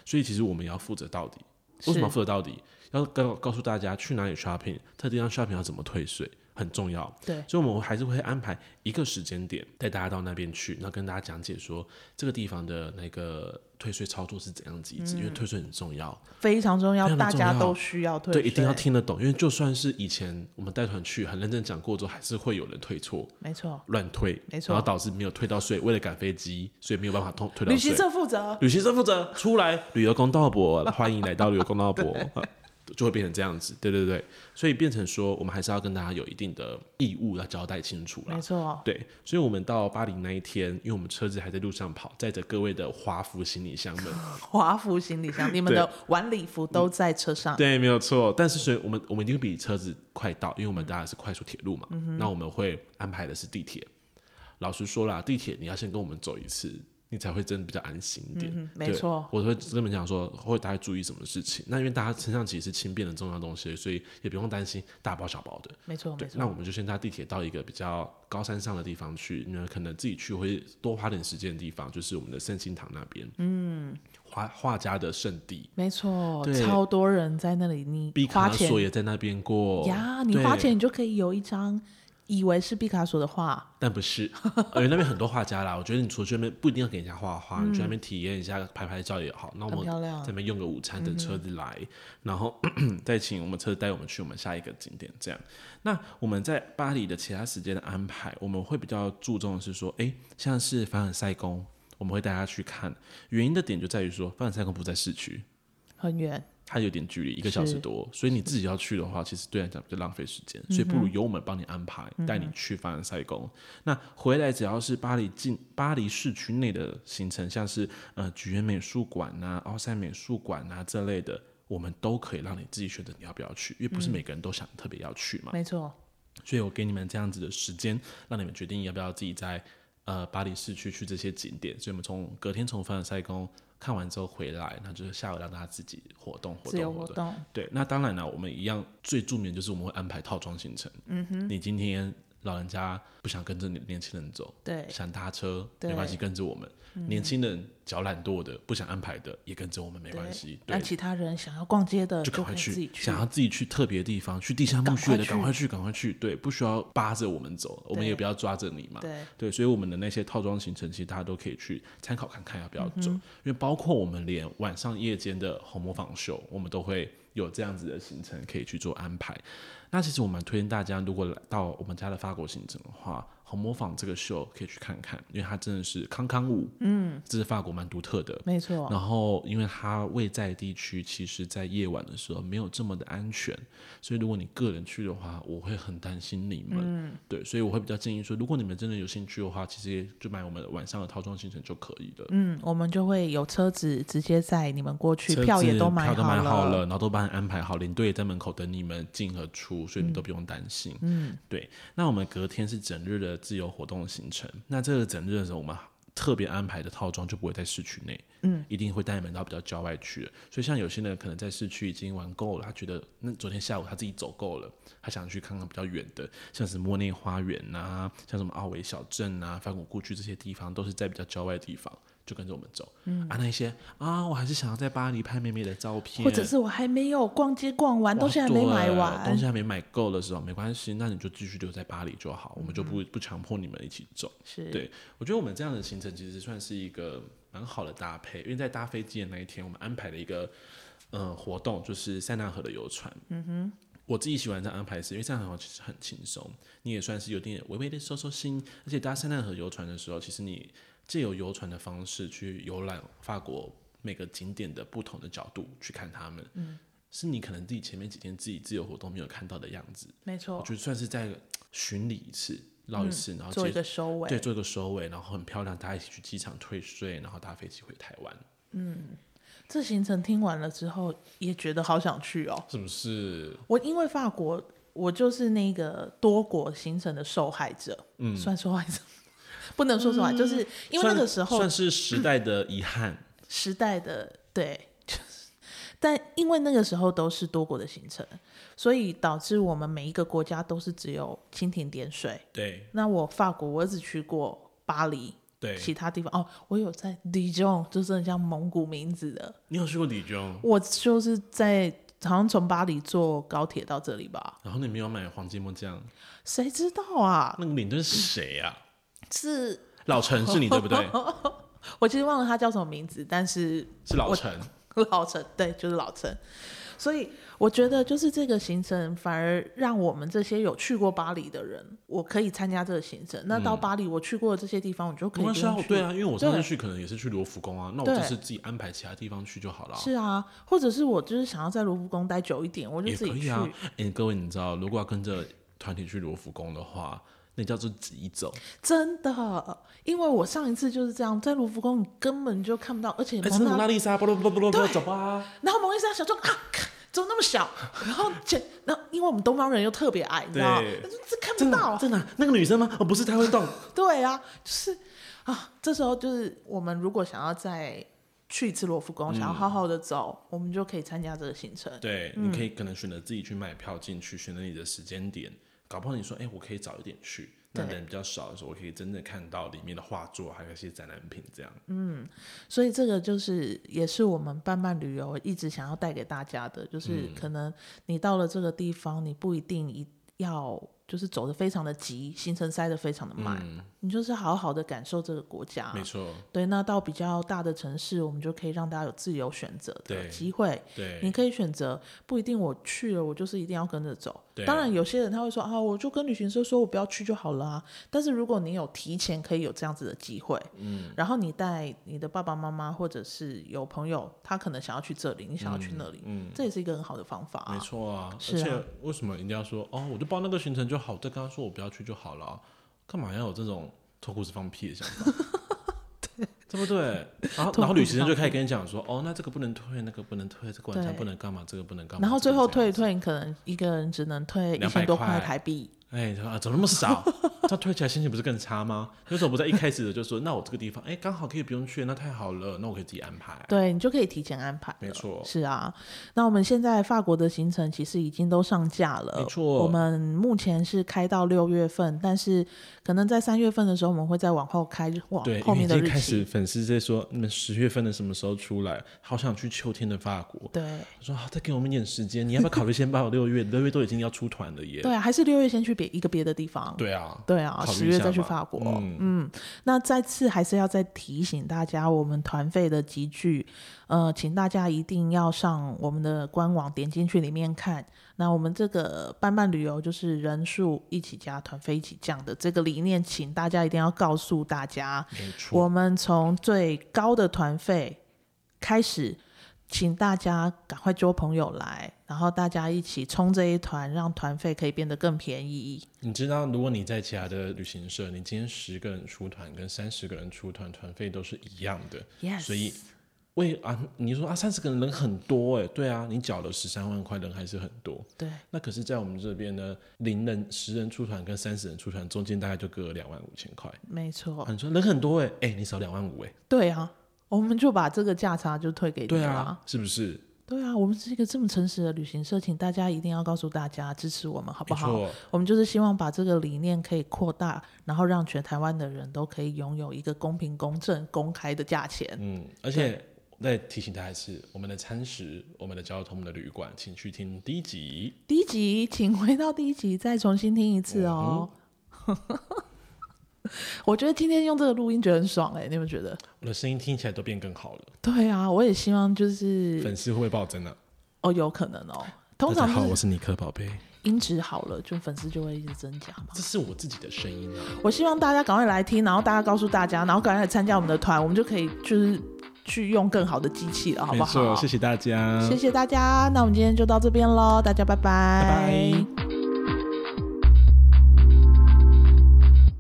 Speaker 2: 所以其实我们也要负责到底。为什么要负责到底？要告告诉大家去哪里 shopping，特地让 shopping 要怎么退税，很重要。
Speaker 1: 对
Speaker 2: 所以我们还是会安排一个时间点带大家到那边去，然后跟大家讲解说这个地方的那个退税操作是怎样机
Speaker 1: 嗯
Speaker 2: 制，因为退税很重要，
Speaker 1: 非常重要
Speaker 2: 非，常
Speaker 1: 大
Speaker 2: 重
Speaker 1: 家
Speaker 2: 要
Speaker 1: 都需要退
Speaker 2: 对，一定要
Speaker 1: 税，
Speaker 2: 听得懂，因为就算是以前我们带团去很认真讲过之后，还是会有人退错。
Speaker 1: 没错，
Speaker 2: 乱退，
Speaker 1: 没错
Speaker 2: 然后导致没有退到税，为了赶飞机，所以没有办法通退到税。
Speaker 1: 旅行社负责，
Speaker 2: 旅行社负责出来，旅游公道博，欢迎来到旅游公道博，
Speaker 1: (laughs)
Speaker 2: 啊就会变成这样子，对对对，所以变成说，我们还是要跟大家有一定的义务要交代清楚啦
Speaker 1: 没。错，
Speaker 2: 对，所以我们到巴黎那一天，因为我们车子还在路上跑，载着各位的华服行李箱
Speaker 1: (laughs)
Speaker 2: 们，
Speaker 1: 华服行李箱，你们的晚礼服都在车上，
Speaker 2: 对，没有错。但是所以我们我们一定比车子快到，因为我们搭的是快速铁路嘛，
Speaker 1: 嗯
Speaker 2: 那我们会安排的是地铁。老实说啦，地铁你要先跟我们走一次，你才会真的比较安心一点。
Speaker 1: 嗯，没
Speaker 2: 对
Speaker 1: 错，
Speaker 2: 我会跟你们讲说会大家注意什么事情。那因为大家身上其实是轻便的重要东西，所以也不用担心大包小包的。
Speaker 1: 没错，没
Speaker 2: 对，
Speaker 1: 错，
Speaker 2: 那我们就先搭地铁到一个比较高山上的地方去，你们可能自己去会多花点时间的地方，就是我们的圣心堂那边，嗯，画画家的圣地。
Speaker 1: 没错，
Speaker 2: 对
Speaker 1: 超多人在那里，你
Speaker 2: 毕
Speaker 1: 花
Speaker 2: 卡
Speaker 1: 钱
Speaker 2: 索也在那边过
Speaker 1: 呀，你
Speaker 2: 对
Speaker 1: 花钱你就可以有一张以为是毕卡索的画，
Speaker 2: 但
Speaker 1: (laughs)
Speaker 2: 不是，因为那边很多画家啦。我觉得你除了去那边不一定要给人家画画，你去那边体验一下、拍拍照也好。那
Speaker 1: 嗯
Speaker 2: 我
Speaker 1: 很
Speaker 2: 们
Speaker 1: 漂亮嗯
Speaker 2: 在那边用个午餐，等车子来，然后 (coughs) 再请我们车子带我们去我们下一个景点。这样，那我们在巴黎的其他时间的安排，我们会比较注重的是说，诶，像是凡尔赛宫，我们会带大家去看。原因的点就在于说，凡尔赛宫不在市区，
Speaker 1: 很远，
Speaker 2: 它有点距离，一个小时多，所以你自己要去的话，其实对来讲比较浪费时
Speaker 1: 嗯
Speaker 2: 间，所以不如由我们帮你安排，带你去凡尔赛宫。那回来只要是巴黎近巴黎市区内的行程，像是呃橘园美术馆呐、奥赛美术馆呐、这类的，我们都可以让你自己选择你要不要去，因为不
Speaker 1: 嗯
Speaker 2: 是每个人都想特别要去嘛。
Speaker 1: 没错，
Speaker 2: 所以我给你们这样子的时间，让你们决定要不要自己在呃巴黎市区去这些景点。所以我们从隔天从凡尔赛宫看完之后回来，那就是下午让大家自己活动活
Speaker 1: 自由
Speaker 2: 动
Speaker 1: 活
Speaker 2: 活动。
Speaker 1: 动，
Speaker 2: 对，那当然了，我们一样最著名就是我们会安排套装行程。嗯哼，你今天老人家不想跟着年年轻人走，
Speaker 1: 对，
Speaker 2: 想搭车
Speaker 1: 哎对嗯
Speaker 2: 没关系，跟着我们。年轻人脚懒惰的不想安排的也跟着我们没关系。对
Speaker 1: 那，其他人想要逛街的
Speaker 2: 就赶
Speaker 1: 可
Speaker 2: 快
Speaker 1: 以
Speaker 2: 去，
Speaker 1: 自己去
Speaker 2: 想，要自己去特别的地方，去地下墓穴的，
Speaker 1: 赶
Speaker 2: 赶
Speaker 1: 快
Speaker 2: 快去，赶快去。对，不需要扒着我们走，我们
Speaker 1: 对
Speaker 2: 也不要抓着你嘛。
Speaker 1: 对，
Speaker 2: 对，所以我们的那些套装行程，其实大家都可以去参考看看要不要走，因为包括我们连晚上夜间的红模仿秀，我们都会有这样子的行程可以去做安排。那其实我蛮推荐大家，如果来到我们家的法国行程的话，红模仿这个秀可以去看看，因为它真的是康康舞，嗯，这是法国蛮独特的，
Speaker 1: 没错，
Speaker 2: 然后，因为它未在地区，其实在夜晚的时候没有这么的安全，所以如果你个人去的话，我会很担心你们。
Speaker 1: 嗯
Speaker 2: 对，所以我会比较建议说，如果你们真的有兴趣的话，其实也就买我们晚上的套装行程就可以了。
Speaker 1: 嗯，我们就会有车子直接载你们过去，
Speaker 2: 车
Speaker 1: 票也
Speaker 2: 子
Speaker 1: 都
Speaker 2: 票
Speaker 1: 买
Speaker 2: 都买好
Speaker 1: 了，
Speaker 2: 然后都帮你安排好，领队也在门口等你们进和出，所以你都不用担心。嗯，对。那我们隔天是整日的自由活动行程，那这个整日的时候，我们特别安排的套装就不会在市区内，嗯，一定会带你们到比较郊外去的。所以像有些人可能在市区已经玩够了，他觉得那昨天下午他自己走够了，他想去看看比较远的，像是莫内花园呐、像什么奥维小镇啊、梵谷故居这些地方，都是在比较郊外的地方。就跟着我们走，嗯、啊，那一些啊，我还是想要在巴黎拍妹妹的照片，
Speaker 1: 或者是我还没有逛街逛完，东西还没买
Speaker 2: 对
Speaker 1: 完
Speaker 2: 东，西还没买够的时候，没关系，那你就继续留在巴黎就好，我们就
Speaker 1: 嗯
Speaker 2: 不不强迫你们一起走。
Speaker 1: 是，
Speaker 2: 对，我觉得我们这样的行程其实算是一个蛮好的搭配，因为在搭飞机的那一天，我们安排了一个嗯、呃活动，就是塞纳河的游船。嗯哼。我自己喜欢这样安排是，因为这样很好，其实很轻松，你也算是有点微微的收收心。而且搭圣诞河游船的时候，其实你借由游船的方式去游览法国每个景点的不同的角度去看他们，嗯，是你可能自己前面几天自己自由活动没有看到的样子。
Speaker 1: 没
Speaker 2: 我
Speaker 1: 错，
Speaker 2: 觉得算是在巡礼一次，绕一次，然后
Speaker 1: 做
Speaker 2: 接
Speaker 1: 一个收尾。
Speaker 2: 嗯对做一个收尾，然后很漂亮，大家一起去机场退税，然后搭飞机回台湾，
Speaker 1: 这行程听完了之后，也觉得好想去哦。
Speaker 2: 是不是？
Speaker 1: 我因为法国，我就是那个多国行程的受害者，嗯，算受害者，不能说受害，就是因为那
Speaker 2: 嗯算
Speaker 1: 个时候
Speaker 2: 算是时代的遗憾。
Speaker 1: 时代的对，就是，但因为那个时候都是多国的行程，所以导致我们每一个国家都是只有蜻蜓点水。
Speaker 2: 对
Speaker 1: 那我法国，我只去过巴黎，
Speaker 2: 对，
Speaker 1: 其他地方哦，我有在 Dijon，就是很像蒙古名字的，
Speaker 2: 你有去过李中，
Speaker 1: 我就是在好像从巴黎坐高铁到这里吧，
Speaker 2: 然后你没有买黄芥末酱，
Speaker 1: 谁知道啊？
Speaker 2: 那个领队是谁啊？
Speaker 1: 是
Speaker 2: 老陈是你对不
Speaker 1: (laughs)
Speaker 2: 对？
Speaker 1: 我其实忘了他叫什么名字，但是
Speaker 2: 是老陈，
Speaker 1: (laughs) 老陈，对，就是老陈。所以我觉得，就是这个行程反而让我们这些有去过巴黎的人，我可以参加这个行程。那到巴黎，我去过的这些地方，我就可
Speaker 2: 嗯没
Speaker 1: 以不
Speaker 2: 关系啊
Speaker 1: 用，去。
Speaker 2: 对啊，因为我上次
Speaker 1: 对
Speaker 2: 去可能也是去罗浮宫啊，那我
Speaker 1: 对
Speaker 2: 这次自己安排其他地方去就好了啊。
Speaker 1: 是啊，或者是我就是想要在卢浮宫待久一点，我就
Speaker 2: 也
Speaker 1: 自
Speaker 2: 可
Speaker 1: 己
Speaker 2: 以
Speaker 1: 去。
Speaker 2: 啊。哎、各位，你知道，如果要跟着团体去罗浮宫的话，那叫做急走，
Speaker 1: 真的，因为我上一次就是这样，在卢浮宫你根本就看不到，而且
Speaker 2: 哎、
Speaker 1: 蒙
Speaker 2: 真
Speaker 1: 娜
Speaker 2: 的拉丽莎，巴拉巴拉巴拉巴拉，走吧。
Speaker 1: 然后蒙伊莎想说啊，看怎么那么小？然后前，然后因为我们东方人又特别矮，你知道吗，
Speaker 2: 对
Speaker 1: 他说这看
Speaker 2: 真
Speaker 1: 不到
Speaker 2: 的，。真的、那个女生吗？哦，不是，她会动。
Speaker 1: 对啊，就是啊，这时候就是我们如果想要再去一次罗浮宫，想要好好的走，我们就可以参加这个行程。
Speaker 2: (laughs) 嗯对，你可以可能选择自己去买票进去，选择你的时间点。搞不好你说，哎、我可以早一点去，那
Speaker 1: 对
Speaker 2: 人比较少的时候，我可以真的看到里面的画作，还有一些展览品这样。
Speaker 1: 所以这个就是也是我们伴伴旅游一直想要带给大家的，就是
Speaker 2: 嗯
Speaker 1: 可能你到了这个地方，你不一定一要就是走的非常的急，行程塞的非常的满，你就是好好的感受这个国家。
Speaker 2: 嗯没错，
Speaker 1: 对，那到比较大的城市，我们就可以让大家有自由选择的
Speaker 2: 对
Speaker 1: 机会。你
Speaker 2: 对，
Speaker 1: 可以选择，不一定我去了，我就是一定要跟着走。
Speaker 2: 对啊
Speaker 1: 当然，有些人他会说啊，我就跟旅行社说我不要去就好了啊。但是如果你有提前可以有这样子的机会，嗯，然后你带你的爸爸妈妈或者是有朋友，他可能想要去这里，你想要去那里，
Speaker 2: 嗯，
Speaker 1: 这也是一个很好的方法、
Speaker 2: 没
Speaker 1: 啊。
Speaker 2: 错啊。
Speaker 1: 是啊
Speaker 2: 而且为什么一定要说，哦，我就报那个行程就好，再跟他说我不要去就好了啊、干嘛要有这种脱裤子放屁的想法？ (laughs) 对不对？然后，
Speaker 1: 脱
Speaker 2: 然
Speaker 1: 裤
Speaker 2: 后旅
Speaker 1: 子
Speaker 2: 行社
Speaker 1: 放
Speaker 2: 就开始跟你讲说，哦，那这个不能退，那个不能退，这个晚餐
Speaker 1: 对
Speaker 2: 不能干嘛，这个不能干嘛。
Speaker 1: 然后最
Speaker 2: 这个
Speaker 1: 后
Speaker 2: 这
Speaker 1: 退一
Speaker 2: 样
Speaker 1: 退，你可能一个人只能退一
Speaker 2: 200
Speaker 1: 千多
Speaker 2: 块
Speaker 1: 台币。
Speaker 2: 哎，他说啊怎么那么少？ (laughs) 这样推起来心情不是更差吗？为什么不在一开始的就说，那我这个地方，哎，刚好可以不用去，那太好了，那我可以自己安排。
Speaker 1: 对你就可以提前安排了，
Speaker 2: 没错
Speaker 1: 是啊。那我们现在法国的行程其实已经都上架了，
Speaker 2: 没错
Speaker 1: 我们目前是开到六月份，但是可能在三月份的时候，我们会再往后开往
Speaker 2: 对，
Speaker 1: 哦后
Speaker 2: 因为
Speaker 1: 面
Speaker 2: 已
Speaker 1: 的
Speaker 2: 经
Speaker 1: 日
Speaker 2: 开
Speaker 1: 期。
Speaker 2: 始粉丝在说，你们十月份的什么时候出来？好想去秋天的法国。
Speaker 1: 对
Speaker 2: 我说啊，再给我们一点时间，你要不要考虑先报六月？六月都已经要出团了
Speaker 1: (laughs)
Speaker 2: 耶。
Speaker 1: 对啊，还是六月先去别一个别的地方。
Speaker 2: 对啊，
Speaker 1: 对啊，
Speaker 2: 考虑
Speaker 1: 十
Speaker 2: 一
Speaker 1: 月
Speaker 2: 下
Speaker 1: 再去
Speaker 2: 嘛
Speaker 1: 法国。
Speaker 2: 嗯
Speaker 1: 那再次还是要再提醒大家，我们团费的集聚，呃，请大家一定要上我们的官网点进去里面看。那我们这个伴伴旅游就是人数一起加，团费一起降的这个理念，请大家一定要告诉大家。
Speaker 2: 没错。
Speaker 1: 我们从最高的团费开始，请大家赶快揪朋友来，然后大家一起冲这一团，让团费可以变得更便宜。
Speaker 2: 你知道，如果你在其他的旅行社，你今天十个人出团跟三十个人出团，团费都是一样的。
Speaker 1: Yes，
Speaker 2: 所以为啊，你说啊，三十个人人很多哎、对啊，你缴了十三万块，人还是很多。
Speaker 1: 对。
Speaker 2: 那可是，在我们这边呢，零人、十人出团跟三十人出团中间大概就隔了两万五千块。
Speaker 1: 没错
Speaker 2: 啊，，你说人很多哎、哎、你少两万五哎、
Speaker 1: 对啊，我们就把这个价差就退给你
Speaker 2: 对
Speaker 1: 啦
Speaker 2: 啊，是不是？
Speaker 1: 对啊，我们是一个这么诚实的旅行社，请大家一定要告诉大家支持我们，好不
Speaker 2: 没
Speaker 1: 好？
Speaker 2: 错，
Speaker 1: 我们就是希望把这个理念可以扩大，然后让全台湾的人都可以拥有一个公平、公正、公开的价钱。
Speaker 2: 嗯，而且再提醒大家一次，我们的餐食、我们的交通、我们的旅馆，请去听第一集。
Speaker 1: 第一集，请回到第一集，再重新听一次哦。
Speaker 2: 嗯
Speaker 1: (laughs) 我觉得今天用这个录音觉得很爽哎、你们觉得？
Speaker 2: 我的声音听起来都变更好了，
Speaker 1: 对啊，我也希望就是
Speaker 2: 粉丝会不会暴增啊？
Speaker 1: 哦，有可能哦，通
Speaker 3: 大家
Speaker 1: 常
Speaker 3: 好，
Speaker 1: 就
Speaker 3: 我
Speaker 1: 是
Speaker 3: 是尼克宝贝。
Speaker 1: 音质好了，就粉丝就会一直增加嘛。
Speaker 2: 这是我自己的声音啊，
Speaker 1: 我希望大家赶快来听，然后大家告诉大家，然后赶快来参加我们的团，我们就可以就是去用更好的机器了，好不
Speaker 3: 没错
Speaker 1: 好？
Speaker 3: 谢谢大家，
Speaker 1: 谢谢大家，那我们今天就到这边喽，大家拜拜
Speaker 3: 拜拜